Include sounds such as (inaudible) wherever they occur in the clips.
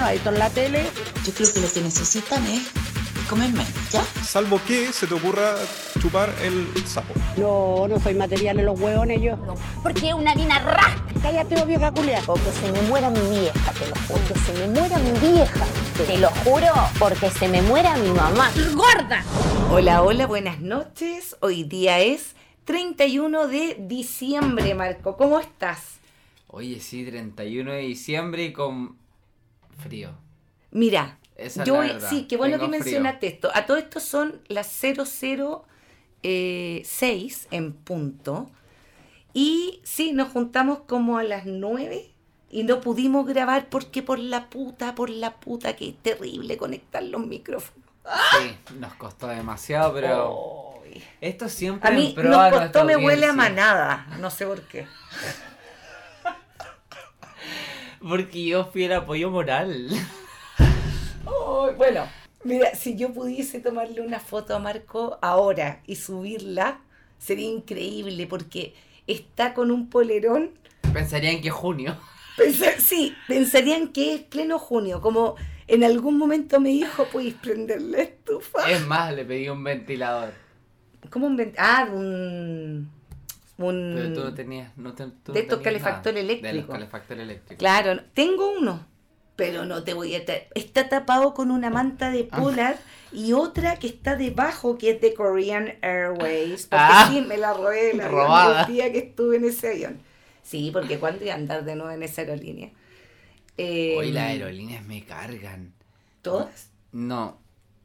ha visto en la tele. Yo creo que lo que necesitan es comerme, ¿ya? Salvo que se te ocurra chupar el sapo. No, no soy material de los hueones yo. No, porque es una harina rasca. Cállate, oh, vieja culia. O que se me muera mi vieja, te lo juro. Que se me muera mi vieja. Te lo juro, porque se me muera mi mamá. ¡Gorda! Hola, hola, buenas noches. Hoy día es 31 de diciembre, Marco. ¿Cómo estás? Oye, sí, 31 de diciembre y con frío. Mira, Esa es yo la verdad. sí, qué bueno que Tengo frío. mencionaste esto. A todo esto son las 006 en punto. Y sí, nos juntamos como a las 9 y no pudimos grabar porque por la puta, por la puta, que es terrible conectar los micrófonos. Sí, nos costó demasiado, pero Ay. esto Oh. siempre A mí en pro nos de nuestra costó, me huele a audiencia. manada, no sé por qué. Porque yo fui el apoyo moral. (laughs) Ay, bueno, mira, si yo pudiese tomarle una foto a Marco ahora y subirla, sería increíble porque está con un polerón. Pensarían que junio. (laughs) Pensar- sí, pensarían que es pleno junio, como en algún momento me dijo, ¿puedes prender la estufa? Es más, le pedí un ventilador. Como un... ven- Ah, un... un- Pero tú no tenías. No te- tú no Mm. De estos tenías calefactor nada. De los eléctrico. calefactor eléctrico. Claro, no- tengo uno, pero no te voy a traer. Está tapado con una manta de Ah. polar y otra que está debajo que es de Korean Airways. Porque Ah. sí, me la robé la Robada. día que estuve en ese avión. Sí, porque cuando iba a andar de nuevo en esa aerolínea. Eh, Hoy las aerolíneas me cargan. ¿Todas? No,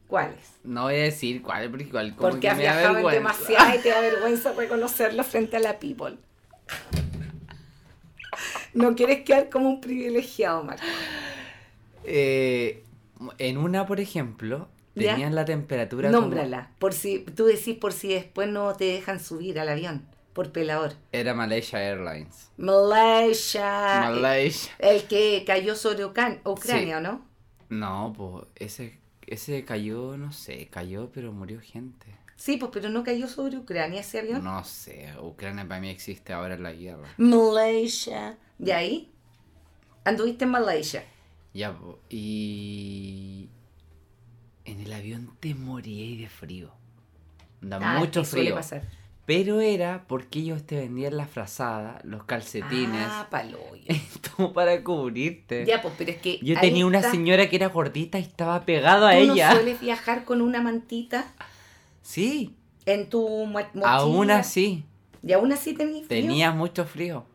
¿Cuáles? no voy a decir cuál, porque igual como Porque que has me da viajado en vergüenza. demasiadas y (laughs) te da vergüenza reconocerlo frente a la people. No quieres quedar como un privilegiado, Marco. Eh, en una, por ejemplo, ¿Ya? tenían la temperatura. como- Nómbrala, por si, tú decís por si después no te dejan subir al avión, por pelador. Era Malaysia Airlines. Malaysia, Malaysia. el que cayó sobre Ucan- Ucrania, Sí. ¿o ¿no? No, pues ese, ese cayó, no sé, cayó, pero murió gente. Sí, pues, pero no cayó sobre Ucrania ese avión. No sé, Ucrania para mí existe ahora en la guerra. Malaysia. ¿De ahí? Anduviste en Malaysia. Ya, po, y. En el avión te moríais de frío. Da Ah, mucho sí, suele frío. pasar. Pero era porque ellos te vendían la frazada, los calcetines, (laughs) Ah, paloyo. todo para cubrirte. Ya, pues, pero es que. Yo ahí tenía una está. señora que era gordita y estaba pegado a ¿Tú no ella. sueles viajar con una mantita Sí, en tu mo- mochila? aún así, Y aún así tenías frío. tenía mucho frío.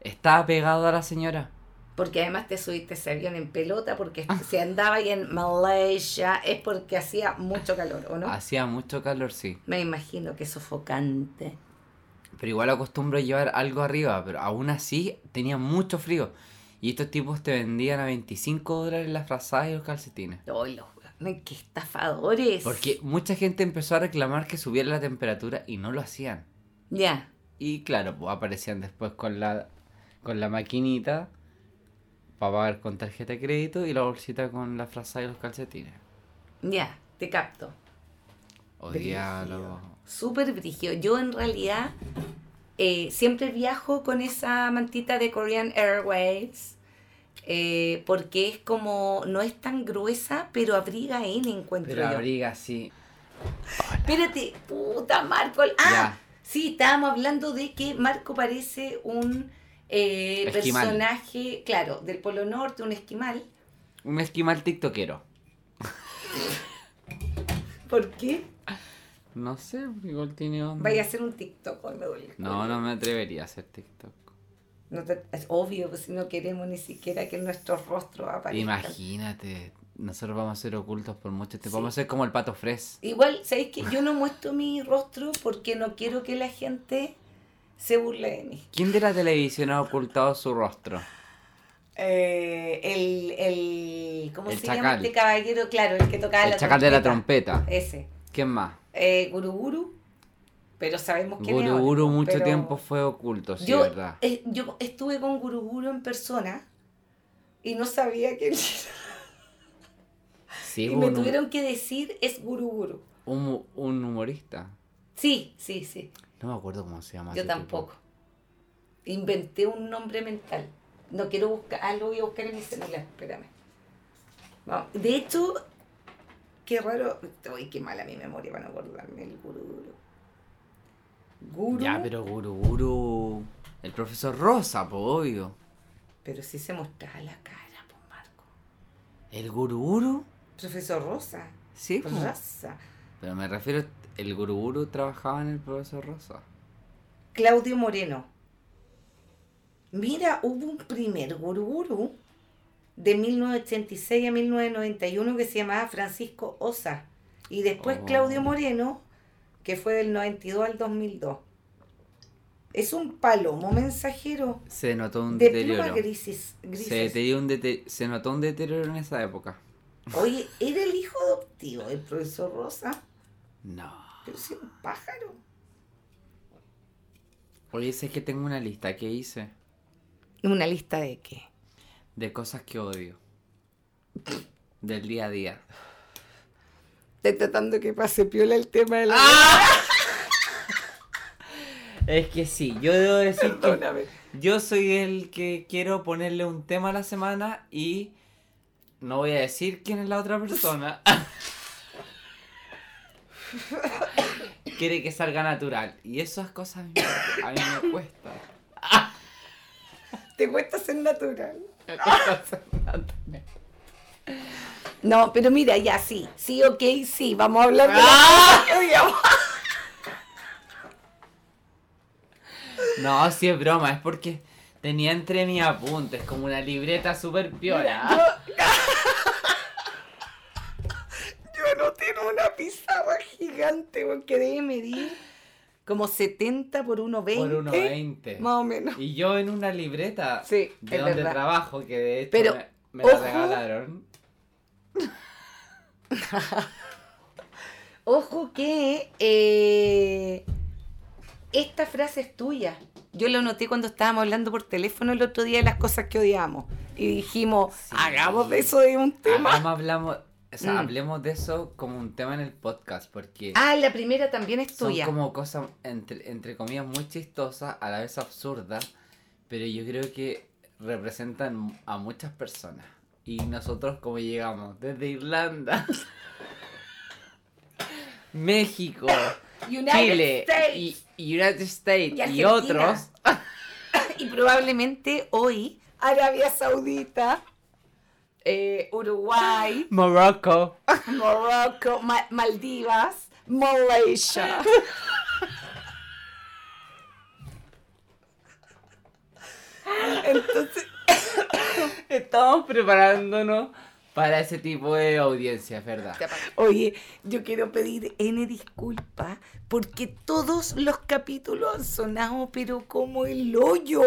Estaba pegado a la señora. Porque además te subiste ese avión en pelota, porque Ah. si andaba ahí en Malaysia es porque hacía mucho calor, ¿o no? Hacía mucho calor, sí. Me imagino que sofocante. Pero igual acostumbro a llevar algo arriba, pero aún así tenía mucho frío. Y estos tipos te vendían a 25 dólares las frazadas y los calcetines. ¡Ay, los weones, qué estafadores! Porque mucha gente empezó a reclamar que subiera la temperatura y no lo hacían. Ya. Y claro, pues aparecían después con la, con la maquinita para pagar con tarjeta de crédito y la bolsita con la frazada y los calcetines. Ya, te capto. Odialo. Súper brígido. Yo en realidad eh, siempre viajo con esa mantita de Korean Airways eh, porque es como, no es tan gruesa, pero abriga N encuentro Pero yo. abriga, sí. Espérate, puta Marco. Ah, Ya. sí, estábamos hablando de que Marco parece un eh, Esquimal. personaje, claro, del Polo Norte, un esquimal. Un esquimal tiktokero. ¿Por qué? No sé, igual tiene onda. Vaya a hacer un TikTok, hoy me duele. el No, cuello. no me atrevería a hacer TikTok. No te- es obvio, pues, si no queremos ni siquiera que nuestros rostros aparezcan. Imagínate, nosotros vamos a ser ocultos por mucho tiempo. Sí. Vamos a ser como el pato Fres. Igual, ¿sabéis que yo no muestro mi rostro porque no quiero que la gente se burle de mí? ¿Quién de la televisión ha ocultado su rostro? Eh, el, el, ¿cómo El se llama chacal. este caballero? Claro, el que tocaba el Ah, la chacal de la trompeta. Ese. ¿Quién más? Eh, Guru Guru, pero sabemos quién es Guru ahora, Guru ¿no? mucho Pero tiempo fue oculto, sí, yo, verdad. eh, yo estuve con Guru Guru en persona y no sabía quién era. Sí, Y hubo me un, tuvieron que decir es Guru Guru. un- un humorista. Sí, sí, sí. No me acuerdo cómo se llama. Yo ese tipo. tampoco. Inventé un nombre mental. No quiero buscar. Ah, lo voy a buscar en mi celular, espérame. Vamos, De hecho, qué raro. Uy, qué mala mi memoria para no acordarme el gurú. gurú. Gurú. Ya, pero Guru Guru. El profesor Rosa, po, obvio. Pero sí se mostraba la cara, pues Marco. ¿El Guru Guru? Profesor Rosa. Sí, pues. po. Rosa. Pero me refiero, el Guru Guru trabajaba en el profesor Rosa. Claudio Moreno. Mira, hubo un primer gurú gurú de 1986 a 1991 que se llamaba Francisco Osa. Y después Oh. Claudio Moreno, que fue del 92 al 2002. Es un palomo mensajero Se notó un de pluma deterioro. grises. grises. Se, deterioró un dete- se notó un deterioro en esa época. Oye, era el hijo adoptivo del profesor Rosa, No. pero sí un pájaro. Oye, sé que tengo una lista que hice ¿Una lista de qué? de cosas que odio. Del día a día. Estoy tratando que pase piola el tema de la... Es que sí, yo debo (laughs) decir que Perdóname. yo soy el que quiero ponerle un tema a la semana y no voy a decir quién es la otra persona. (laughs) Quiere que salga natural y esas cosas a mí me- a mí me cuesta. Te cuesta ser natural. (laughs) No, pero mira, ya sí. Sí, ok, sí. Vamos a hablar de la que odiamos. No, si es broma, es porque tenía entre mis apuntes como una libreta super piola. (laughs) Yo no tengo una pizarra gigante porque debe medir como 70 por 1,20. Por 1.20. Más o menos. Y yo en una libreta Sí, de es donde verdad. trabajo, que de hecho Pero, me, me la ojo. regalaron. Ojo que eh, esta frase es tuya. Yo lo noté cuando estábamos hablando por teléfono el otro día de las cosas que odiamos. Y dijimos, Sí. hagamos de eso de un tema. Hagamos- hablamos, o sea, Mm. hablemos de eso como un tema en el podcast, porque Ah, la primera también es son tuya. como cosas, entre, entre comillas, muy chistosas, a la vez absurdas, pero yo creo que representan a muchas personas. Y nosotros como llegamos desde Irlanda, (laughs) México, United Chile States. y y United States Y y Argentina. otros. (laughs) Y probablemente hoy Arabia Saudita, eh, (laughs) Uruguay, Morocco. Morocco, Ma- Maldivas, Malaysia. Entonces, Estamos preparándonos para ese tipo de audiencia, es ¿verdad? oye, yo quiero pedir N disculpa porque todos los capítulos han sonado, pero como el hoyo.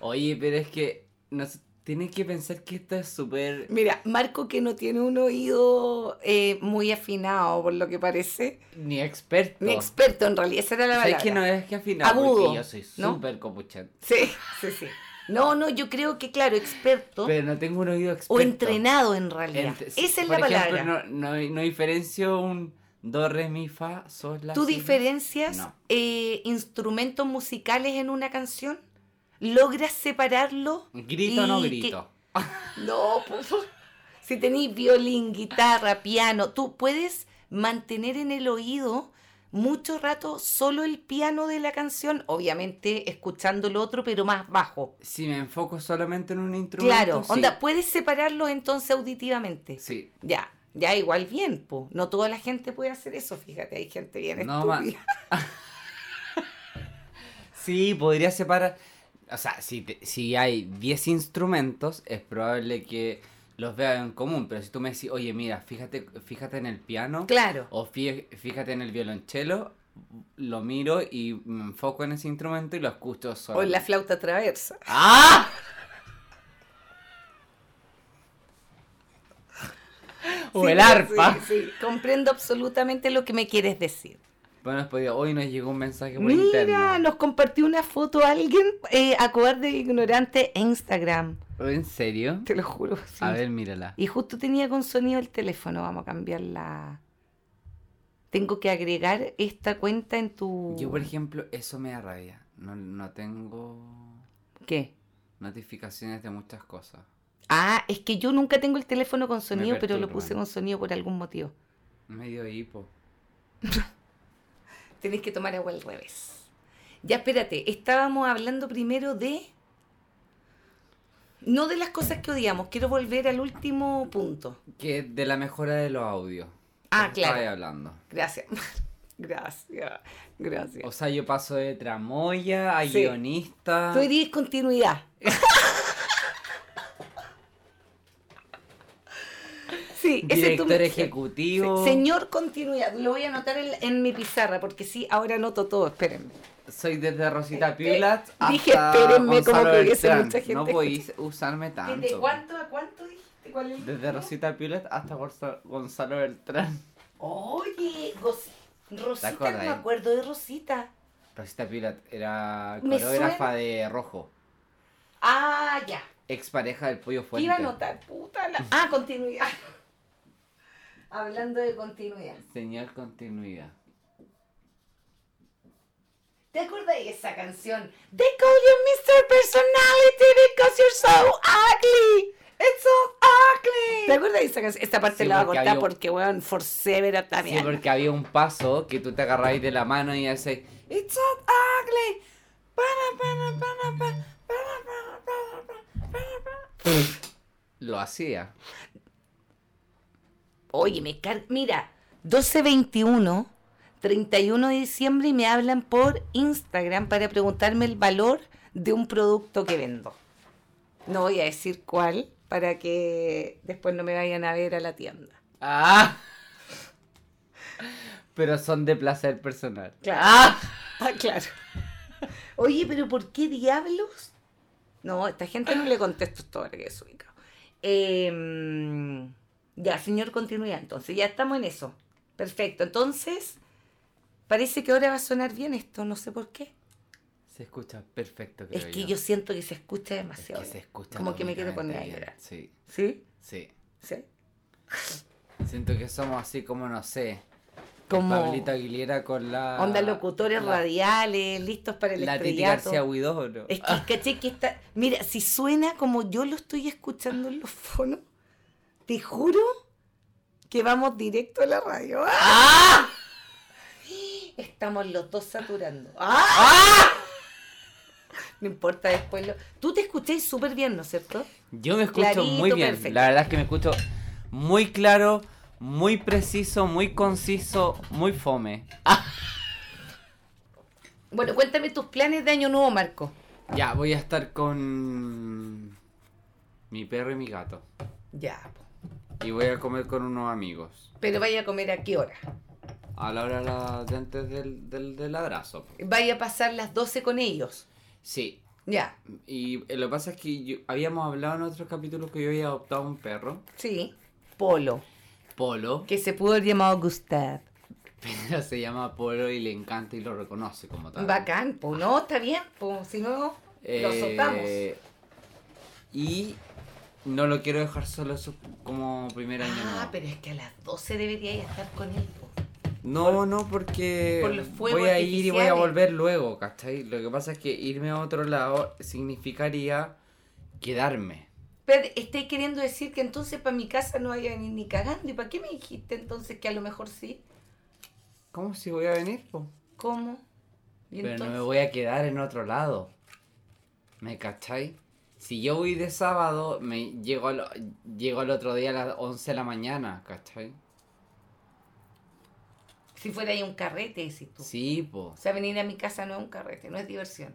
Oye, pero es que nos tienen que pensar que esto es súper... Mira, Marco que no tiene un oído eh, muy afinado, por lo que parece. Ni experto. Ni experto, en realidad, esa era la O sea, palabra. es que no es que afinar, Agudo, porque yo soy ¿no? súper copuchento. Sí, sí, sí. No, no, yo creo que, claro, experto Pero no tengo un oído experto. o entrenado en realidad. Ent- Esa es por la palabra. Ejemplo, no, no, no diferencio un do, re, mi, fa, sol, la, ¿Tú si, diferencias No. eh, instrumentos musicales en una canción? ¿Logras separarlo? Grito o no Y que- grito. No, por favor. Si tenéis violín, guitarra, piano, tú puedes mantener en el oído mucho rato solo el piano de la canción, obviamente escuchando lo otro, pero más bajo. Si me enfoco solamente en un instrumento, Claro, sí. onda, puedes separarlo entonces auditivamente. Sí. Ya, ya igual bien, po. No toda la gente puede hacer eso, fíjate, hay gente bien No, ma- estúpida. (laughs) Sí, podría separar. O sea, si, te- si hay 10 instrumentos, es probable que los vea en común. Pero si tú me decís, oye, mira, fíjate, fíjate en el piano Claro. o fí- fíjate en el violonchelo, lo miro y me enfoco en ese instrumento y lo escucho solo. O en la flauta traversa. ¡Ah! (laughs) O Sí, el arpa. Sí, sí, comprendo absolutamente lo que me quieres decir. Bueno, después digo, hoy nos llegó un mensaje por Mira, interno. nos compartió una foto alguien eh, a cobarde e ignorante en Instagram. ¿En serio? Te lo juro. sí. A ver, mírala. Y justo tenía con sonido el teléfono. Vamos a cambiarla. Tengo que agregar esta cuenta en tu. Yo, por ejemplo, eso me da rabia. No, no tengo ¿Qué? notificaciones de muchas cosas. Ah, es que yo nunca tengo el teléfono con sonido, pero lo perturban. puse con sonido por algún motivo. Medio hipo. Tenéis que tomar agua al revés. Ya espérate, estábamos hablando primero de... No de las cosas que odiamos, quiero volver al último punto. Que de la mejora de los audios. Ah, Eso claro. Estaba hablando. Gracias. (laughs) Gracias. Gracias. O sea, yo paso de tramoya a Sí. guionista. Tú dirías continuidad. (laughs) sí, ese es tu Director ejecutivo. Sí, Señor continuidad, lo voy a anotar en, en mi pizarra porque sí, ahora anoto todo, espérenme. Soy desde Rosita Piulat hasta Eh, dije, espérenme, como Gonzalo que hubiese Beltrán. mucha gente No podéis usarme ¿Desde tanto. cuánto a cuánto dijiste? ¿Cuál es? Desde Rosita Piulat hasta Gonza- Gonzalo Beltrán. Oye, Gos- ¿Te Rosita, no acuerdas? me acuerdo de Rosita. Rosita Piulat era Me coreógrafa de Rojo. Ah, ya. Expareja del Pollo ¿Qué Fuente. iba a anotar? Puta (laughs) la... Ah, continuidad. (laughs) Hablando de continuidad. Señor Continuidad. ¿Te acuerdas de esa canción? They call you Mr. Personality because you're so ugly. It's so ugly. ¿Te acuerdas de esa canción? Esta parte Sí, la voy a porque cortar había un- porque, weón, forcé ver a Sí, porque había un paso que tú te agarrabas de la mano y haces It's so ugly. Para, para, para, para, para, para, para, para, para, para". Lo hacía. Oye, me car... Mira, 1221, 31 de diciembre y me hablan por Instagram para preguntarme el valor de un producto que vendo. No voy a decir cuál para que después no me vayan a ver a la tienda. Ah. Pero son de placer personal. Claro. (laughs) Ah, claro. Oye, pero ¿por qué diablos? No, esta gente no le contesto esto ahora que es ubicado. Em, ya, señor, continuidad. Entonces, ya estamos en eso. Perfecto. Entonces, parece que ahora va a sonar bien esto, no sé por qué. Se escucha perfecto. es creo que yo siento que se escucha Es demasiado. que se bien. escucha Como que me quiero poner a atómicamente llorar. bien. Sí, ¿Sí? sí. ¿Sí? Siento que somos así como, no sé, Como Pablito Aguilera con la... onda locutores la- radiales, listos para el La Titi estrellato. García Huidobro. Es que, caché que está. Mira, si suena como yo lo estoy escuchando en los fonos, te juro que vamos directo a la radio. ¡Ah! Estamos los dos saturando. ¡Ah! No importa después. Lo... Tú te escucháis súper bien, ¿no es cierto? Yo me escucho Clarito, muy bien. perfecto. La verdad es que me escucho muy claro, muy preciso, muy conciso, muy fome. Bueno, cuéntame tus planes de año nuevo, Marco. Ya, voy a estar con mi perro y mi gato. Ya. po. Y voy a comer con unos amigos. Pero vaya a comer a qué hora. A la hora de la- de antes del, del, del abrazo. Vaya a pasar las 12 con ellos. Sí. Ya. Y eh, lo que pasa es que yo- habíamos hablado en otros capítulos que yo había adoptado un perro, Sí. Polo. Polo, Que se pudo haber llamado Gustav. pero (laughs) se llama Polo y le encanta y lo reconoce como tal. Bacán, po. No, está bien, po. Si no, lo Ah. Eh, soltamos. Y no lo quiero dejar solo eso como primer año. Ah, nuevo. pero es que a las 12 debería ya estar con él, po. No, no, porque por los fuegos voy a ir y voy a artificiales. volver luego, ¿cachai? Lo que pasa es que irme a otro lado significaría quedarme. Pero estáis queriendo decir que entonces para mi casa no vaya a venir ni cagando. ¿Y para qué me dijiste entonces que a lo mejor sí? ¿Cómo si voy a venir? po? ¿Cómo? ¿Y Pero no me entonces? voy a quedar en otro lado. ¿Me cachai? Si yo voy de sábado, me llego al, llego al otro día a las 11 de la mañana, ¿cachai? Si fuera ahí un carrete, decís tú. Sí, po. O sea, venir a mi casa no es un carrete, no es diversión.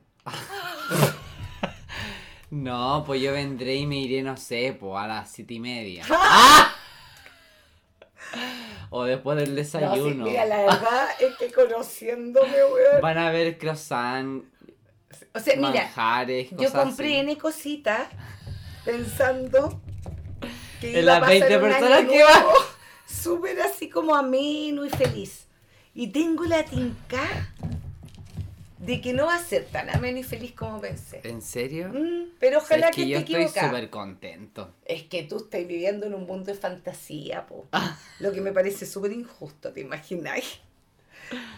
No, pues yo vendré y me iré, no sé, pues a las siete (laughs) y media. ¡Ah! O después del desayuno. verdad es que conociéndome, weón. Van a ver croissant, O sea, mira, manjares, Yo cosas compré así. N cositas pensando que En iba a las pasar 20 un año personas que nuevo va. Súper así como ameno y feliz. Y tengo la tinca de que no va a ser tan ameno y feliz como pensé. ¿En serio? Mm, pero ojalá Eh, es que, que, yo te estoy equivocas. súper contento. Es que tú estás viviendo en un mundo de fantasía, po. Ah. Lo que me parece súper injusto, ¿te imagináis?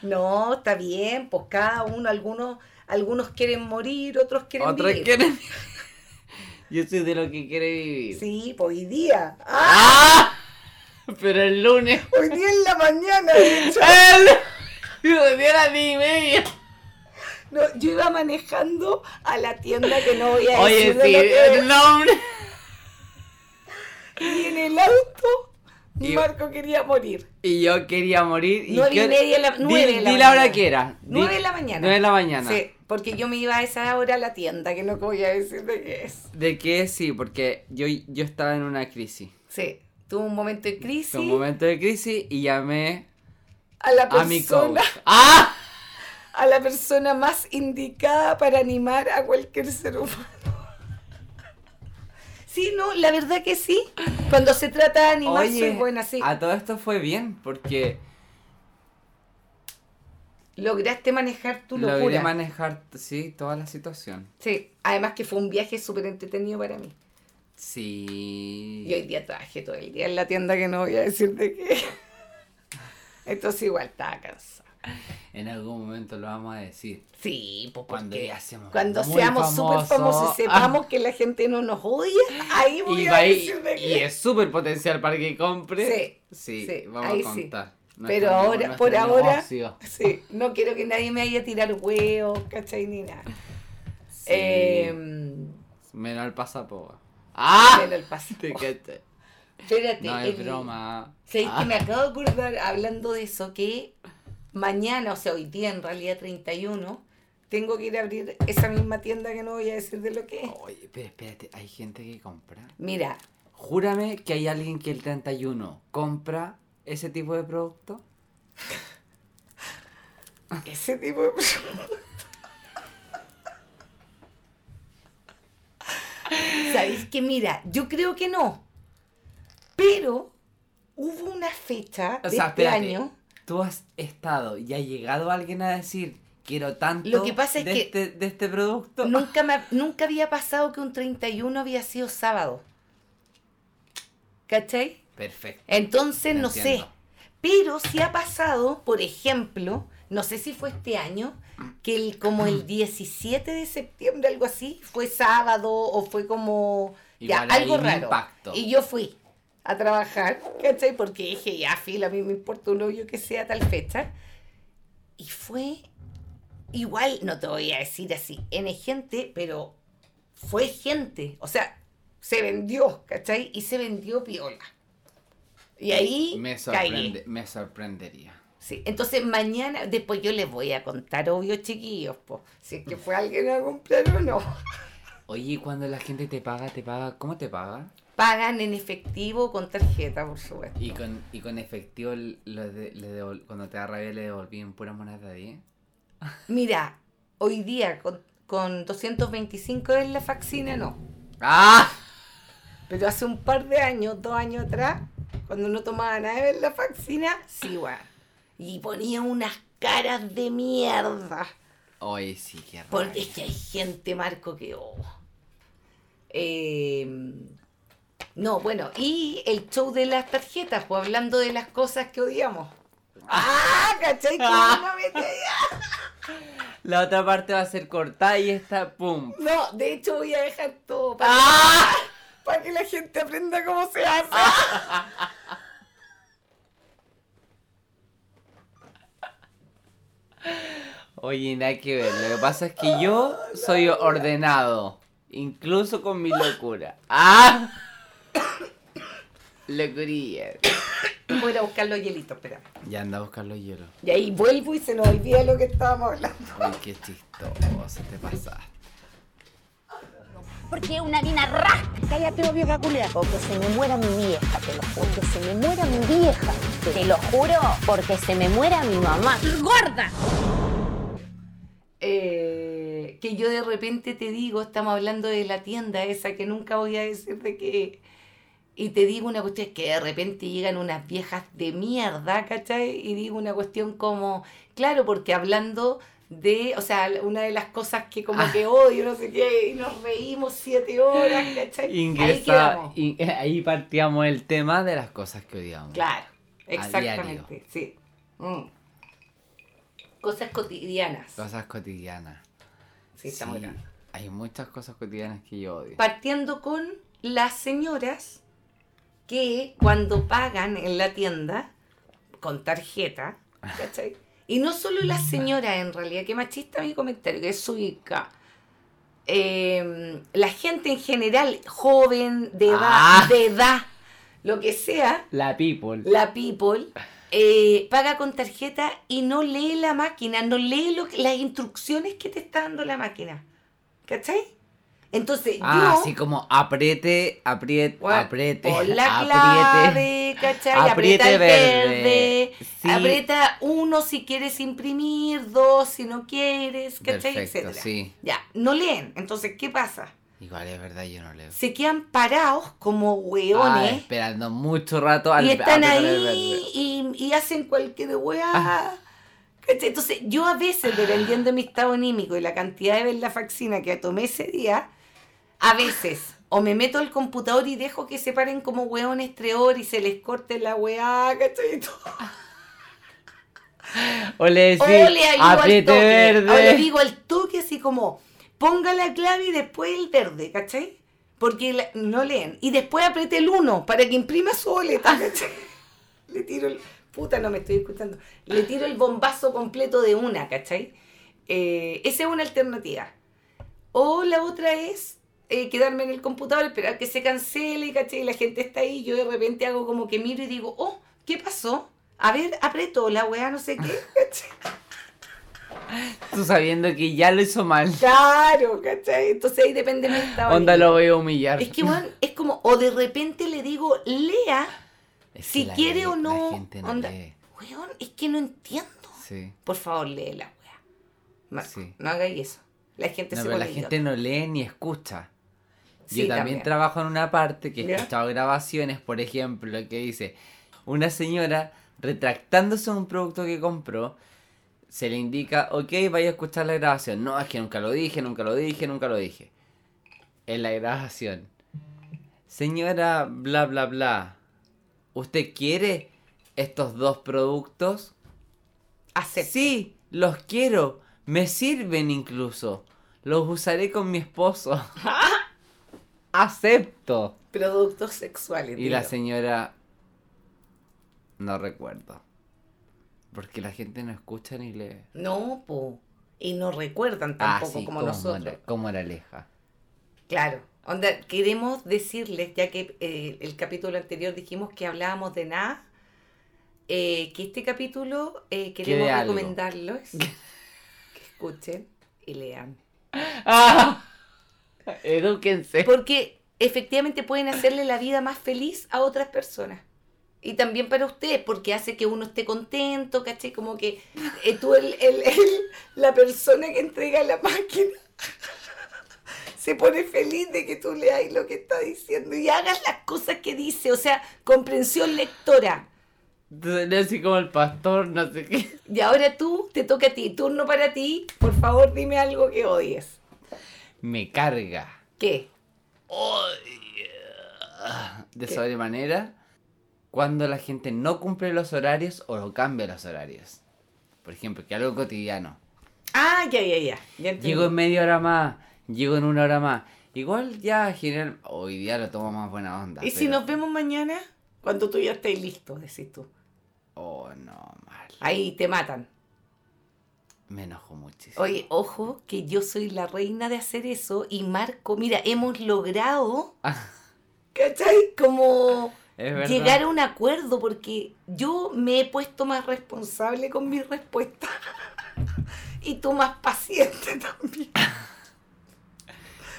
No, está bien, pues cada uno, algunos, algunos quieren morir, otros quieren Otros vivir. quieren- (laughs) Yo soy de lo que quiere vivir. Sí, pues, hoy día. Ah, ¡Ah! Pero el lunes. (laughs) hoy día en la mañana. de hecho. ¡El! (laughs) Yo a las 10 y media. No, yo iba manejando a la tienda que no voy a Oye, decir de sí, lo que el nombre. es, Y en el auto, Y- Marco quería morir. Y yo quería morir. ¿Y Nueve y qué hora- media de la- Di- nueve de Di, la la hora mañana. que era. Di- 9 de la mañana. Nueve de la mañana. Sí, porque yo me iba a esa hora a la tienda, que es lo que voy a decir de qué es. De que sí, porque yo, yo estaba en una crisis. Sí, tuve un momento de crisis. Fue un momento de crisis y llamé A la a mi coach. persona, (laughs) ¡Ah! a la persona más indicada para animar a cualquier ser humano. Sí, no, la verdad que sí. Cuando se trata de animar, Oye, soy buena, sí. a todo esto fue bien porque Lograste manejar tu locura. logré manejar sí, toda la situación. Sí, además que fue un viaje súper entretenido para mí. Sí. Y hoy día trabajé todo el día en la tienda que no voy a decir de qué. Entonces igual estaba cansada. En algún momento lo vamos a decir. Sí, pues Cuando porque ya seamos cuando muy seamos súper famosos. famosos y Ah. sepamos que la gente no nos odia, ahí voy Y, a va ahí- decir de y qué. es súper potencial para que compre. Sí, Sí, sí, vamos ahí sí. a contar. Pero Nuestro- ahora, nuestro por ahora, negocio. sí, no quiero que nadie me vaya a tirar huevos, ¿cachai? Ni nada. Sí. Eh, Menos el pasaporte. ¡Ah! Menos el pasaporte. Te caché. espérate. No es el- broma. ¿Sabéis Ah. que me acabo de acordar, hablando de eso, que mañana, o sea, hoy día en realidad 31, tengo que ir a abrir esa misma tienda que no voy a decir de lo que es. Oye, pero espérate, hay gente que compra. Mira, Júrame que hay alguien que el 31 compra ese tipo de producto. Ese tipo de ¿sabéis que mira? Yo creo que no. Pero hubo una fecha O de sea, este espérate. año. Tú has estado y ha llegado alguien a decir, quiero tanto Lo que pasa es de, que este, de este producto. Nunca, me, nunca había pasado que un 31 había sido sábado. ¿Cachai? Perfecto. Entonces, Te no sé. entiendo. Pero sí ha pasado, por ejemplo, no sé si fue este año, que el, como el 17 de septiembre, algo así, fue sábado o fue como ya, Igual algo ahí me raro. impactó. Y yo fui a trabajar, ¿cachai? Porque dije, ya, fila, a mí me importa un hoyo que sea tal fecha. Y fue igual, no te voy a decir así, en gente, pero fue gente. O sea, se vendió, ¿cachai? Y se vendió piola. Y ahí Me caí. sorprende, me sorprendería. Sí, entonces mañana, después yo les voy a contar, obvio, chiquillos, po, si es que fue alguien a comprar o no. Oye, ¿y cuando la gente te paga, te paga, ¿cómo te paga? Pagan en efectivo o con tarjeta, por supuesto. Y con, y con efectivo, lo de- le devol- cuando te da rabia, le devolví en puras monedas de 10. Mira, hoy día con, con 225 en la faxina no, ¡Ah! pero hace un par de años, dos años atrás, cuando no tomaba nada en la faxina, sí, weón. Y ponía unas caras de mierda. Oye, sí, qué rabia. Porque es que hay gente, Marco, que. oh. Eh, no, bueno, y el show de las tarjetas, pues hablando de las cosas que odiamos. ¡Ah! ¿Cachai? Como una metida. La otra parte va a ser cortada y esta, ¡pum! No, de hecho voy a dejar todo para, para que la gente aprenda cómo se hace. Oye, nada que ver. Lo que pasa es que yo soy ordenado. Incluso con mi locura. ¡Ah! Locuría. Voy a ir a buscar los hielitos, espera. Ya anda a buscar los hielos. Y ahí vuelvo y se nos olvida lo que estábamos hablando. Uy, qué chistoso te pasaste. Porque una harina rasca. Cállate, vos, vieja culia. O que se me muera mi vieja, te lo juro. Que se me muera mi vieja, te lo juro. Porque se me muera mi mamá. ¡Gorda! Eh, que yo de repente te digo, estamos hablando de la tienda esa que nunca voy a decir de qué. Y te digo una cuestión, que de repente llegan unas viejas de mierda, ¿cachai? Y digo una cuestión como, claro, porque hablando de, o sea, una de las cosas que como que odio, no sé qué, y nos reímos siete horas, ¿cachai? Ahí Ingresa, quedamos. in- ahí partíamos el tema de las cosas que odiamos. Claro, diario. exactamente, sí. Mm. Cosas cotidianas. Cosas cotidianas. Sí, está muy Sí. bien. Hay muchas cosas cotidianas que yo odio. Partiendo con las señoras que cuando pagan en la tienda con tarjeta, ¿cachai? Y no solo las señoras en realidad, que machista mi comentario, que es ubica. la gente en general, joven, de edad, Ah. de edad, lo que sea, La people. la people eh, paga con tarjeta y no lee la máquina, no lee lo que- las instrucciones que te está dando la máquina. ¿Cachai? Entonces, Ah, yo así como apriete, apriete, Bueno, apriete, Pon la apriete. clave, ¿cachai? Apriete Aprieta el verde. verde. Sí. Aprieta uno si quieres imprimir, dos si no quieres, ¿cachai? Perfecto, Etcétera. sí. Ya, no leen. Entonces, ¿qué pasa? Igual es verdad, yo no leo. Se quedan parados como Ah, hueones esperando mucho rato al y están apretar el verde. ahí y, y hacen cualquier Ah. weá. ¿Cachai? Entonces, yo a veces, dependiendo de mi estado anímico y la cantidad de venlafaxina que tomé ese día, a veces o me meto al computador y dejo que se paren como weones tres horas y se les corte la weá, ¿cachai? (laughs) Y todo. O le decís, O le ayudo al apriete toque, verde. o le digo al toque así como, ponga la clave y después el verde, ¿cachai? Porque la- no leen. Y después apriete el uno para que imprima su (laughs) boleta, ¿cachai? Le tiro el... Puta, no me estoy escuchando. Le tiro el bombazo completo de una, ¿cachai? Eh, esa es una alternativa. O la otra es eh, quedarme en el computador, esperar que se cancele, ¿cachai? La gente está ahí, yo de repente hago como que miro y digo, oh, ¿qué pasó? A ver, apretó la weá, no (laughs) sé qué, ¿cachai? Tú sabiendo que ya lo hizo mal. Claro, ¿cachai? Entonces ahí depende de mi estado Onda anímico. lo voy a humillar. Es que, weón, es como, o de repente le digo, lea, Es que si la quiere ley- o no. La gente no onda. lee. Weón, es que no entiendo. Sí. Por favor, lee la weá. Marco, Sí. no hagáis eso. La gente No, se pero la pone gente idiota. no lee ni escucha. Yo Sí, también, también. trabajo en una parte que he ¿Ya? escuchado grabaciones, por ejemplo, que dice una señora retractándose de un producto que compró, se le indica, ok, vaya a escuchar la grabación. No, es que nunca lo dije, nunca lo dije, nunca lo dije. En la grabación. Señora, bla, bla, bla. ¿Usted quiere estos dos productos? Acepta. Sí, los quiero. Me sirven incluso. Los usaré con (laughs) mi esposo. Acepto. Productos sexuales. Y la digo. señora... No recuerdo. Porque la gente no escucha ni lee. No, po. Y no recuerdan Ah, tampoco sí, como como nosotros. mora- como moraleja. Claro. Onda, queremos decirles, ya que eh, el capítulo anterior dijimos que hablábamos de nada, eh, que este capítulo eh, queremos Quede algo. recomendarlos que escuchen y lean. ¡Ah! (laughs) Edúquense. (laughs) Porque efectivamente pueden hacerle la vida más feliz a otras personas. Y también para ustedes, porque hace que uno esté contento, ¿cachai? Como que eh, tú, el, el- el- la persona que entrega la máquina, (laughs) se pone feliz de que tú leas lo que está diciendo y hagas las cosas que dice. O sea, comprensión lectora. Entonces, Así como el pastor, no sé qué. Y ahora tú, te toca a ti. Turno para ti. Por favor, dime algo que odies. Me carga. ¿Qué? de ¿Qué? sobremanera cuando la gente no cumple los horarios o no cambia los horarios. Por ejemplo, que algo cotidiano. Ah, ya, ya, ya. ya entendí. Llego en media hora más, llego en una hora más. Igual ya general, hoy día lo tomo más buena onda. ¿Y si pero- nos vemos mañana? Cuando tú ya estés listo, decís tú. Oh, no, mal. Ahí te matan. Me enojo muchísimo. Oye, ojo, que yo soy la reina de hacer eso y Marco, mira, hemos logrado, ¿cachai? Como es verdad. llegar a un acuerdo porque yo me he puesto más responsable con mi respuesta (laughs) y tú más paciente también. (laughs)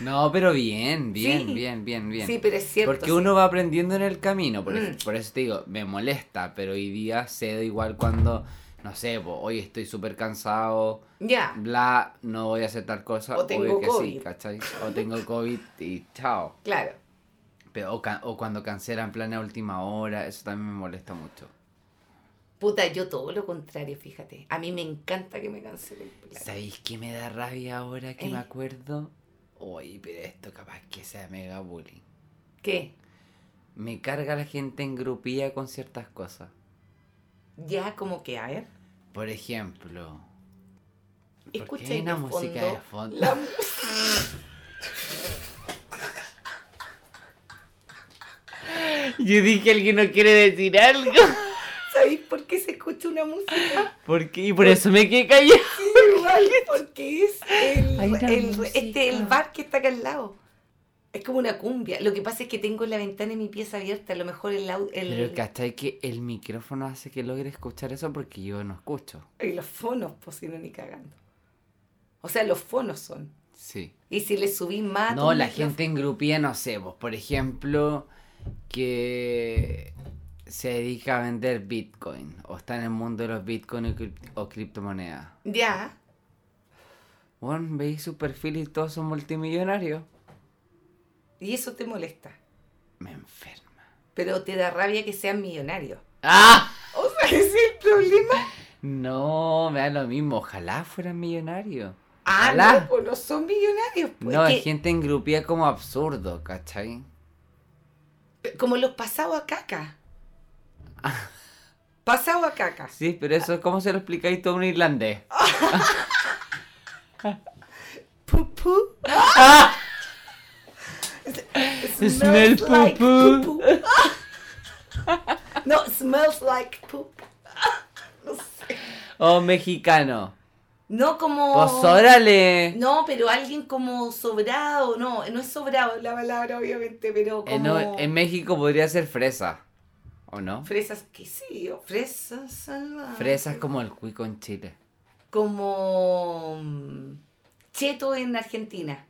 No, pero bien, bien, Sí. bien, bien, bien. Sí, pero es cierto. Porque sí. uno va aprendiendo en el camino, por, eso, Mm. por eso te digo, me molesta, pero hoy día cedo igual cuando, no sé, po, hoy estoy súper cansado, Ya, bla, no voy a hacer tal cosa, O obvio tengo que sí, COVID. ¿cachai? O tengo COVID y chao. claro. Pero, o, ca- o cuando cancelan planes a última hora, eso también me molesta mucho. Puta, yo todo lo contrario, fíjate. A mí me encanta que me cancelen. planes. ¿Sabéis qué me da rabia ahora que me Eh. acuerdo? Uy, pero esto capaz que sea mega bullying. ¿Qué? Me carga la gente en grupilla con ciertas cosas. Ya, como que, a ver. Por ejemplo, ¿por qué Escucha hay ahí una de música fondo de fondo? La música. Yo dije, alguien no quiere decir (laughs) algo. ¿Sabéis por qué se escucha una música? ¿Por qué? Y por eso me quedé Eh. callado. Igual, porque es el, Hay una el- música. este, el bar que está acá al lado. Es como una cumbia. Lo que pasa es que tengo la ventana de mi pieza abierta. A lo mejor el audio. Pero ¿cachai que el micrófono hace que logre escuchar eso? Porque yo no escucho. Y los fonos, pues si no ni cagando. O sea, los fonos son. Sí. Y si le subís más. a No, tu la Ah, micrófono- gente en grupía, no sé, vos, por ejemplo, que se dedica a vender Bitcoin o está en el mundo de los Bitcoin o, cript- o criptomonedas. Ya. Bueno, veis su perfil y todos son multimillonarios. Y eso te molesta. Me enferma. Pero te da rabia que sean millonarios. ¡Ah! O sea, ese es el problema. No, me da lo mismo. Ojalá fueran millonarios. Ah, Ojalá. no, pues no son millonarios. Pues, No, que- hay gente en grupía como absurdo, ¿cachai? Pe- Como los pasados a caca. Pasado a caca. Sí, pero eso, ¿cómo se lo explicáis todo a un irlandés? Pupú. Ah. Smell like pupú. pupú. No, smells like poop. O Oh, mexicano. No como. Pues órale. Oh. No, pero alguien como sobrado. No, no es sobrado la palabra, obviamente, pero como. Eh, no, en México podría ser fresa. ¿O no? Fresas, qué sé yo. Fresas. salvajes. Fresa es como el cuico en Chile. Como. mm, Cheto en (laughs) Argentina.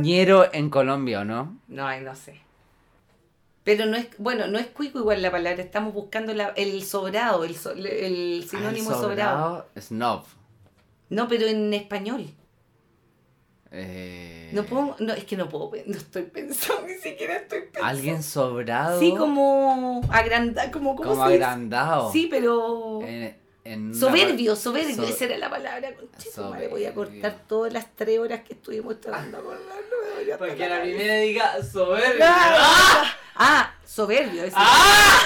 Ñero en Colombia, ¿o no? No, ay, no sé. Pero no es, bueno, no es cuico igual la palabra, estamos buscando la- el sobrado, el, so- el sinónimo Ah, sobrado. Snob. No, pero en español. Eh, No puedo, no, es que no puedo, pe- no estoy pensando, (laughs) ni siquiera estoy pensando. Alguien sobrado. Sí, como agrandado, como, ¿cómo como se dice? agrandado. Eh. Sí, pero... En- en una- soberbio, soberbio, so- esa era la palabra. Conchito, madre, voy a Soberbio. cortar todas las tres horas que estuvimos tratando con la nueva. Porque la primera diga soberbio. Ah, soberbio, ese. ¡Ah!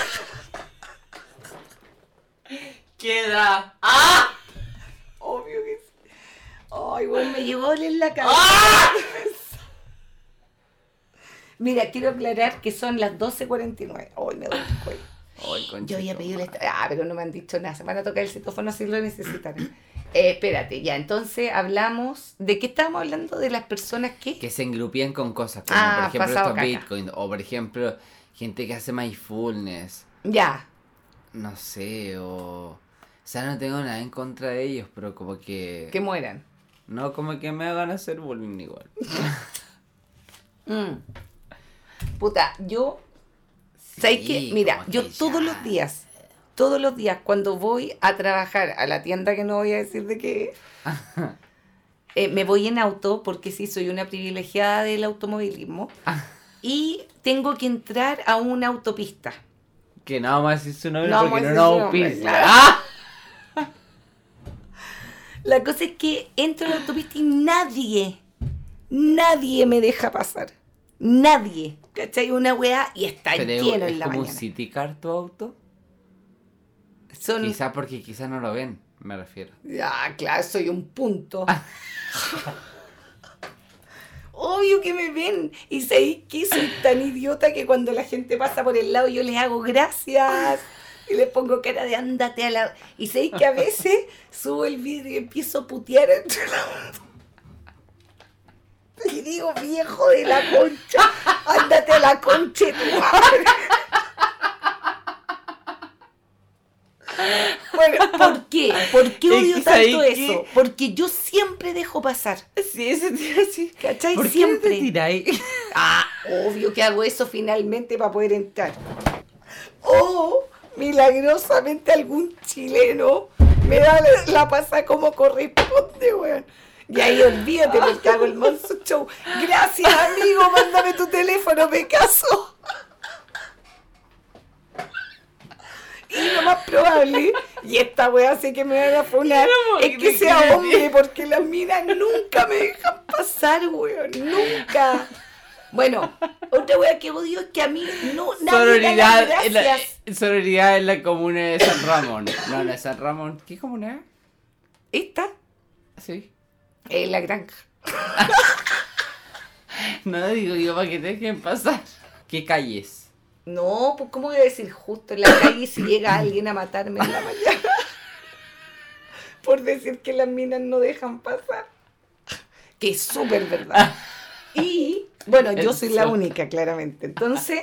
(laughs) Queda. ¡Ah! Obvio que sí. Ay, bueno, Me llegó en ¡Ah! la cabeza. Mira, quiero aclarar que son las 12.49. Hoy me duele el cuello. Ay, conchito. Yo había pedido el... esta- Ah, pero no me han dicho nada. Se van a tocar el citófono si lo necesitan. (clears throat) Eh, espérate, ya. Entonces hablamos... ¿De qué estábamos hablando? De las personas que... Que se engrupían con cosas, como Ah, por ejemplo pasado estos caca. bitcoins, o por ejemplo, gente que hace mindfulness, Ya. no sé, o. O sea, no tengo nada en contra de ellos, pero como que. Que mueran. No, como que me hagan hacer bullying igual. (laughs) Mm. Puta, yo... ¿Sabes Sí, qué? Mira, como yo que todos ya. los días, todos los días cuando voy a trabajar a la tienda que no voy a decir de (laughs) qué, eh, me voy en auto porque sí, soy una privilegiada del automovilismo y tengo que entrar a una autopista. Que nada más es su nombre No vamos porque a no decir su nos nombre, (laughs) auspicia. claro. ¡Ah! La cosa es que entro a la autopista y nadie, nadie me deja pasar. Nadie. ¿Cachai? Una weá y está Pero es- lleno es en la como un mañana. city car tu auto. Son- Quizá porque quizá no lo ven, me refiero. ya, claro, soy un punto. Ah. Obvio que me ven. Y sabéis que soy tan idiota que cuando la gente pasa por el lado yo les hago gracias. Y les pongo cara de ándate a la. Y sabéis que a veces subo el vidrio y empiezo a putear entre la Y digo, viejo de la concha, ándate a la concha de tu madre. Bueno, ¿por qué? ¿Por qué Es odio que sabéis tanto que- eso? Porque yo siempre dejo pasar. Sí, ese tío así. ¿Cachai? ¿Por qué no te siempre. tiráis? ah, obvio que hago eso finalmente para poder entrar. O Oh, milagrosamente algún chileno me da la, la pasa como corresponde, weón. Y ahí olvídate porque hago el manso show. Gracias, amigo, mándame tu teléfono, me caso. Y lo más probable, y esta weá sé que me van a funar, es que sea hombre, porque las minas nunca me dejan pasar, weón. Nunca. Bueno, otra wea que odio es que a mí no (laughs) nadie me da las Sororidad en, la, eh, gracias. sororidad en la comuna de San Ramón. No, no, San Ramón. ¿Qué comuna? ¿Esta? Sí. (laughs) en la granja. No, digo yo para que te dejen pasar. ¿Qué calles? No, pues ¿cómo voy a decir justo en la calle si llega alguien a matarme en la mañana? (laughs) Por decir que las minas no dejan pasar. Que es súper verdad. Y, bueno, yo soy la única, claramente. Entonces,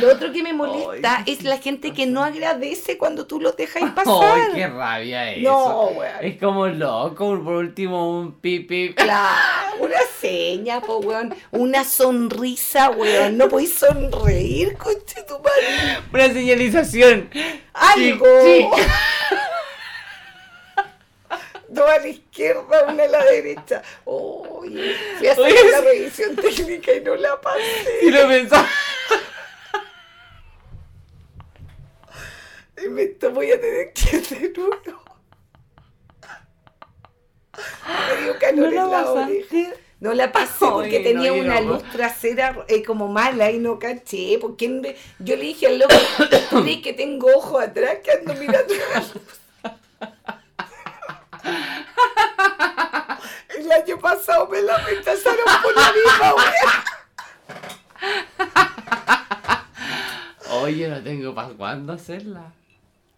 Lo otro que me molesta es la gente que no agradece cuando tú los dejas ¡Ay, pasar. qué rabia eso! No, weón. Es como loco, por último un pipi. Claro, una seña, po, weón. Una sonrisa, weón. No podéis sonreír, conche tu madre. Una señalización. Algo. (laughs) Sí, Dos a la izquierda, una a la derecha. Oye, fui a hacer Oye, la sí. revisión técnica y no la pasé. Si lo pensaba. Y me esto voy a tener que hacer uno. Me dio calor en la oreja. No la (laughs) pasé porque Ay, no, tenía yo una no. luz trasera eh, como mala y no caché. Porque me- yo le dije al loco, (coughs) ¿tú crees que tengo ojo atrás que ando mirando la luz? (laughs) El año pasado me la rechazaron por la misma wea. Oye, no tengo para cuándo hacerla.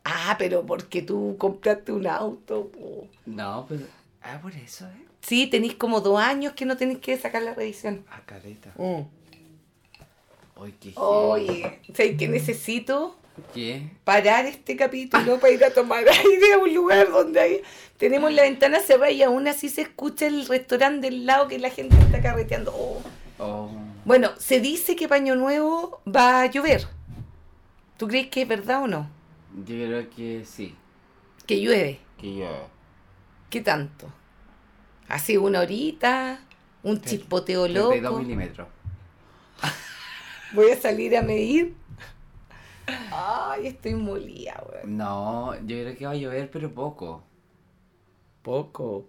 Ah, pero porque tú compraste un auto. po. No, pero. Ah, por eso, ¿eh? Sí, tenéis como dos años que no tenéis que sacar la revisión. Ah, careta. Ay, qué Mm. Oye, ¿Sabéis que necesito? ¿Qué? parar este capítulo para ir a (laughs) tomar aire a un lugar donde hay... Tenemos la ventana cerrada y aún así se escucha el restaurante del lado que la gente está carreteando. Oh. Oh. Bueno, se dice que Paño Nuevo va a llover. ¿Tú crees que es verdad o no? Yo creo que sí. Que llueve. Que yo. ¿Qué tanto? Así una horita, un chispoteo 32 loco. milímetros. Voy a salir a medir. Ay, estoy molida, weón. No, yo creo que va a llover, pero poco. Poco.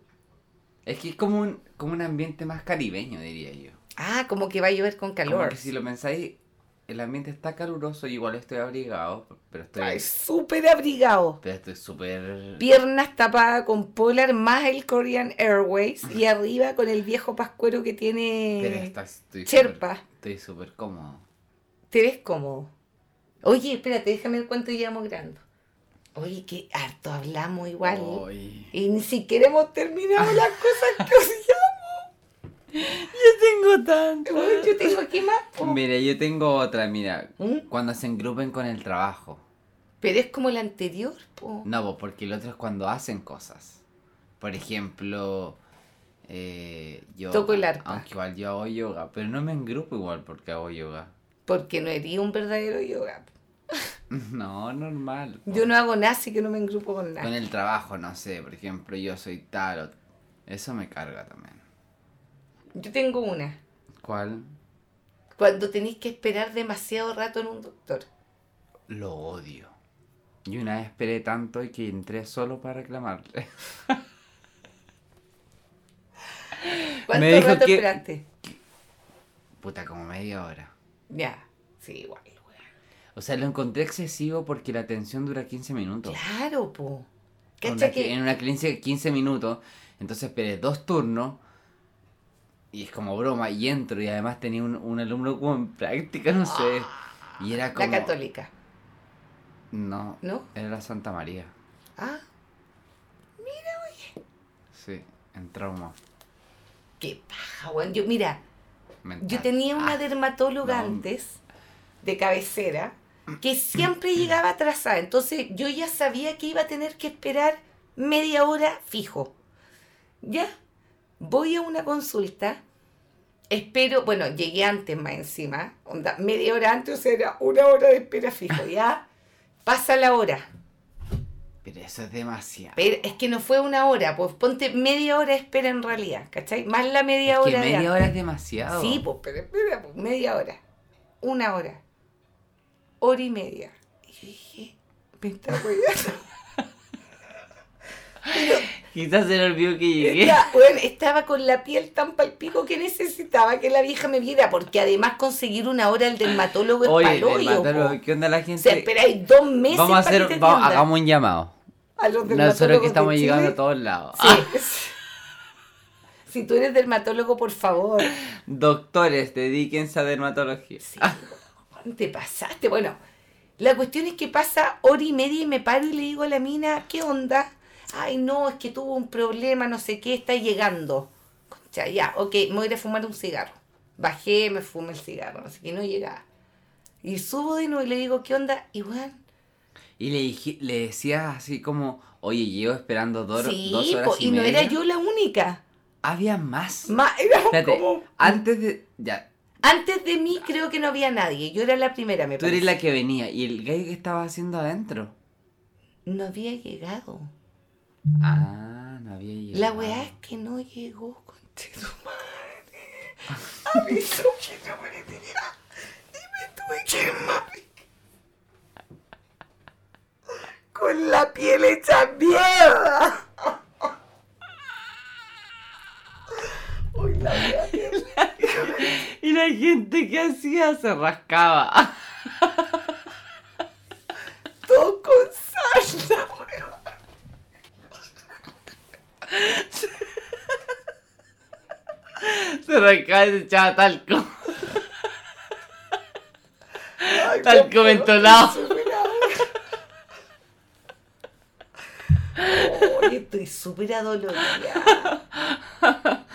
Es que es como un, como un ambiente más caribeño, diría yo. Ah, como que va a llover con Como calor. que si lo pensáis, el ambiente está caluroso, yo igual estoy abrigado, pero estoy Ay, súper abrigado. pero estoy súper... Piernas tapadas con polar más el Korean Airways y arriba con el viejo pascuero que pero tiene... está- estoy súper- Cherpa. Estoy súper cómodo. Te ves cómodo. Oye, espérate, déjame ver cuánto llevamos grabando. Oye, qué harto hablamos igual. ¿eh? Ay. Y ni siquiera hemos terminado las cosas (laughs) que odiamos. Tengo tanto. Weón, Yo tengo aquí más. po. Oh. Mira, yo tengo otra, mira. ¿Mm? Cuando se engrupen con el trabajo. Pero es como el anterior, po. No, po, porque el otro es cuando hacen cosas. Por ejemplo, eh, yo... Toco el arpa. Aunque igual yo hago yoga, pero no me engrupo igual porque hago yoga. (laughs) Porque no hería un verdadero yoga. No, normal. po. Yo no hago nada, así que no me engrupo con nada. Con el trabajo, no sé, por ejemplo, yo soy tarot. Eso me carga también. Yo tengo una. ¿Cuál? Cuando tenéis que esperar demasiado rato en un doctor. Lo odio. Y una vez esperé tanto y que entré solo para reclamarle. (laughs) ¿Cuánto Me dijo rato que- esperaste? Puta, como media hora. Ya, sí, igual, weón. O sea, lo encontré excesivo porque la atención dura 15 minutos. Claro, po. En Cacha una cli- que En una clínica de 15 minutos. Entonces esperé dos turnos. Y es como broma. Y entro. Y además tenía un, un alumno como en práctica, no sé. Y era como... Ah, la católica, No, ¿no? era la Santa María. Ah, Sí, en trauma. qué paja, weón. Yo, mira, mental. yo tenía una Ah, dermatóloga no. antes, de cabecera, que siempre llegaba atrasada. Entonces yo ya sabía que iba a tener que esperar media hora fijo. Ya, voy a una consulta. Espero, bueno, llegué antes más encima, onda, media hora antes, o sea, era una hora de espera fijo, ya. Pasa la hora, Pero eso es demasiado. Pero es que no fue una hora, pues ponte media hora de espera en realidad, ¿cachai? Más la media Es que hora. de media antes. hora es demasiado. Sí, pues, pero espera, pues, media hora. Una hora. Hora y media. Y yo dije, me está hueveando. (laughs) Quizás se le olvidó que llegué. Ya, bueno, estaba con la piel tan palpico que necesitaba que la vieja me viera, porque además conseguir una hora del dermatólogo es Oye, paloyo, dermatólogo, po. ¿qué onda la O gente? sea, esperáis dos meses vamos a para que hacer, te vamos- atiendan. hagamos un llamado. A los Nosotros dermatólogos que estamos Ah. de llegando Chile. a todos lados. Sí. (laughs) Si tú eres dermatólogo, por favor. Ah, Doctores, dedíquense a dermatología. Sí, weón, (laughs) te pasaste. Bueno, la cuestión es que pasa hora y media y me paro y le digo a la mina, ¿qué onda? Ay, no, es que tuvo un problema, no sé qué, está llegando. Concha, ya, ok, me voy a ir a fumar un cigarro. Bajé, me fumé el cigarro, no sé qué, no llegaba. Y subo de nuevo y le digo, ¿qué onda? Y bueno, Y le, dije- le decía así como, oye, llevo esperando dos, sí, dos horas po, y, y no era media". yo la única. Había más. Ma- (laughs) era Espérate, como- antes de... Ya, Antes de mí creo que no había nadie, yo era la primera, me tú eres parece. la que venía y el gay que estaba haciendo adentro. No había llegado. Ah, no había llegado. La weá es que no llegó con tu (laughs) madre. Avisó que no me tenía. Y me tuve que mami. Con la piel hecha mierda. Uy, la weá. (laughs) Y la gente que hacía se rascaba. (laughs) Todo con salsa, weón. Se rascaba y se echaba talco. Ay, Tal weón, como weón, entolado. estoy súper adolorida. Oye, estoy súper adolorida.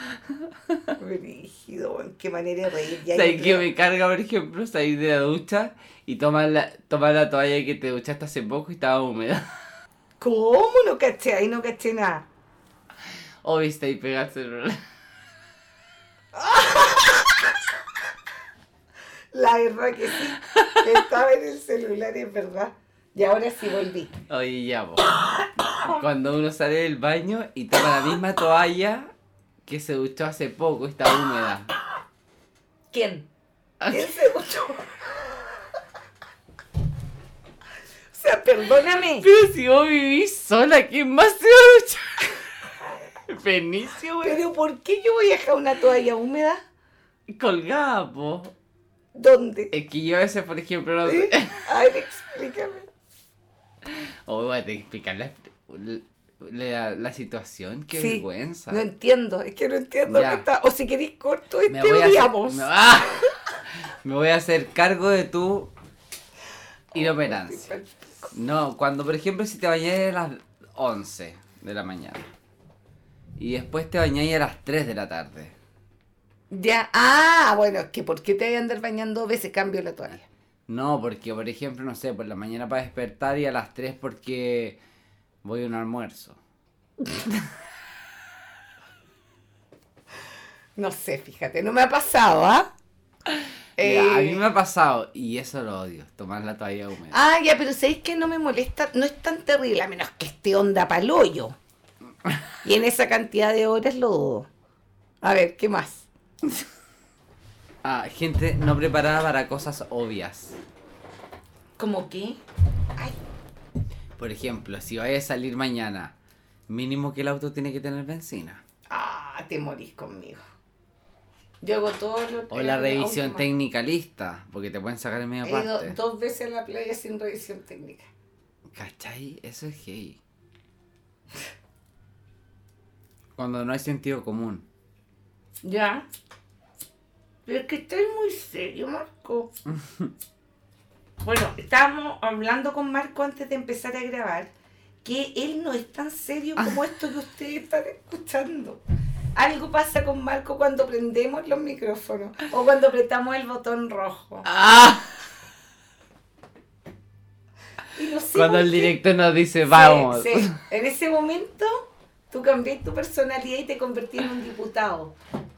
Brígido, weón, qué manera de reír. Ya, yo ¿Sabes que creo- me carga, por ejemplo, salir de la ducha y tomar la, tomar la toalla que te duchaste hace poco y estaba húmeda? (laughs) ¿Cómo no caché? Ahí no caché nada. O viste y pegarse el celular. La verdad que sí. Estaba en el celular, es verdad. Y ahora sí volví. Oye, ya, po. Cuando uno sale del baño y toma la misma toalla que se duchó hace poco, está húmeda. ¿Quién? ¿Quién se duchó? O sea, perdóname. Pero si vos vivís sola, ¿quién más se va a duchar? (laughs) Fenicio, güey. Pero ¿por qué yo voy a dejar una toalla húmeda? Colgada, po. ¿Dónde? Es que yo a veces, por ejemplo, Eh, no ¿Eh? sé. Ay, explícame. (laughs) Oh, voy a tener que explicar la, la, la situación. Qué Sí. vergüenza. No entiendo, es que no entiendo Ya. qué está. O si queréis corto, este me voy a hacer, odiamos. me- ¡Ah! (laughs) Me voy a hacer cargo de tu inoperancia. No, cuando por ejemplo si te bañáis a las 11 de la mañana y después te bañáis a las 3 de la tarde. Ya, ah, bueno, es que ¿por qué te voy a andar bañando dos veces? Cambio la toalla. No, porque por ejemplo, no sé, por la mañana para despertar y a las 3 porque voy a un almuerzo. No sé, fíjate, no me ha pasado, ¿ah? Mira, a Eh, mí me ha pasado y eso lo odio, tomar la toalla húmeda. Ah, ya, pero ¿sabéis que no me molesta? No es tan terrible, a menos que esté onda paloyo. Y en esa cantidad de horas lo dudo. A ver, ¿qué más? Ah, gente no preparada para cosas obvias. ¿Cómo qué? Por ejemplo, si vayas a salir mañana, mínimo que el auto tiene que tener benzina. Ah, te morís conmigo. Yo hago todo lo O la eh, revisión automático. técnica lista, porque te pueden sacar en media He ido parte. dos veces a la playa sin revisión técnica. ¿Cachai? Eso es gay. Cuando no hay sentido común. Ya. Pero es que estoy muy serio, (laughs) Marco. bueno, estábamos hablando con Marco antes de empezar a grabar que él no es tan serio Ah. como esto que ustedes están escuchando. Algo pasa con Marco cuando prendemos los micrófonos o cuando apretamos el botón rojo. Ah. Y no sé Cuando por el qué. director nos dice, vamos. Sí, sí. En ese momento tú cambiaste tu personalidad y te convertí en un diputado.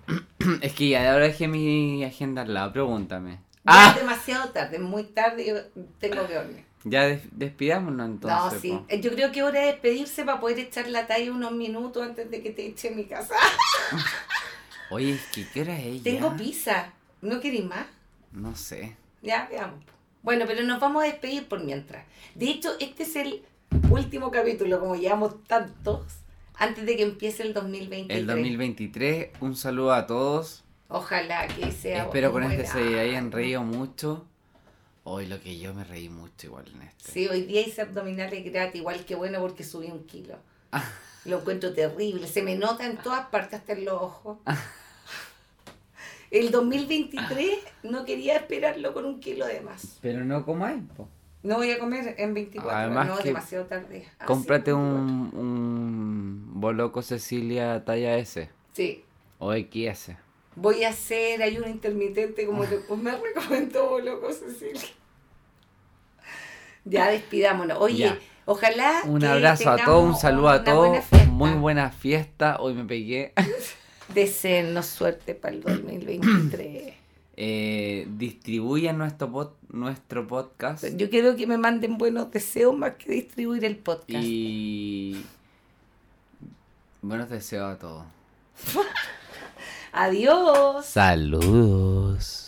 (laughs) Es que ya ahora dejé mi agenda al lado, pregúntame. Ya Ah, es demasiado tarde, muy tarde yo tengo que dormir. ya des- despidámonos entonces. no, sí. po. Eh, Yo creo que hora de despedirse para poder echar la talla unos minutos antes de que te eche mi casa. Oye, es que ¿qué hora es Tengo ya? pizza. ¿No queréis más? No sé. Ya, veamos. Bueno, pero nos vamos a despedir por mientras. De hecho, este es el último capítulo, como llevamos tantos, antes de que empiece el 2023. El 2023, un saludo a todos. Ojalá que sea. Espero con este Eh, buena. se hayan reído mucho. Hoy lo que yo me reí mucho igual en este. (laughs) Sí, hoy día hice abdominales gratis, igual que bueno porque subí un kilo. Lo encuentro terrible. Se me nota en todas partes, hasta en los ojos. Ah. El 2023 no quería esperarlo con un kilo de más. Pero no comáis, po. No voy a comer en 24. Además no, que demasiado tarde. Ah, sí, Cómprate 24. un, un Boloco Cecilia talla S Sí. o XS. Voy a hacer ayuno intermitente como te- pues, me recomendó (laughs) loco Cecilia. Ya despidámonos. Oye, Ya. ojalá. Un Ah, que abrazo a tengamos todos, un saludo a una buena todos. fiesta. Muy buena fiesta. Hoy me pegué. (laughs) Deseennos suerte para el 2023. Eh, distribuyan nuestro, pod- nuestro podcast. Yo quiero que me manden buenos deseos más que distribuir el podcast. Y buenos deseos a todos. Adiós. Saludos.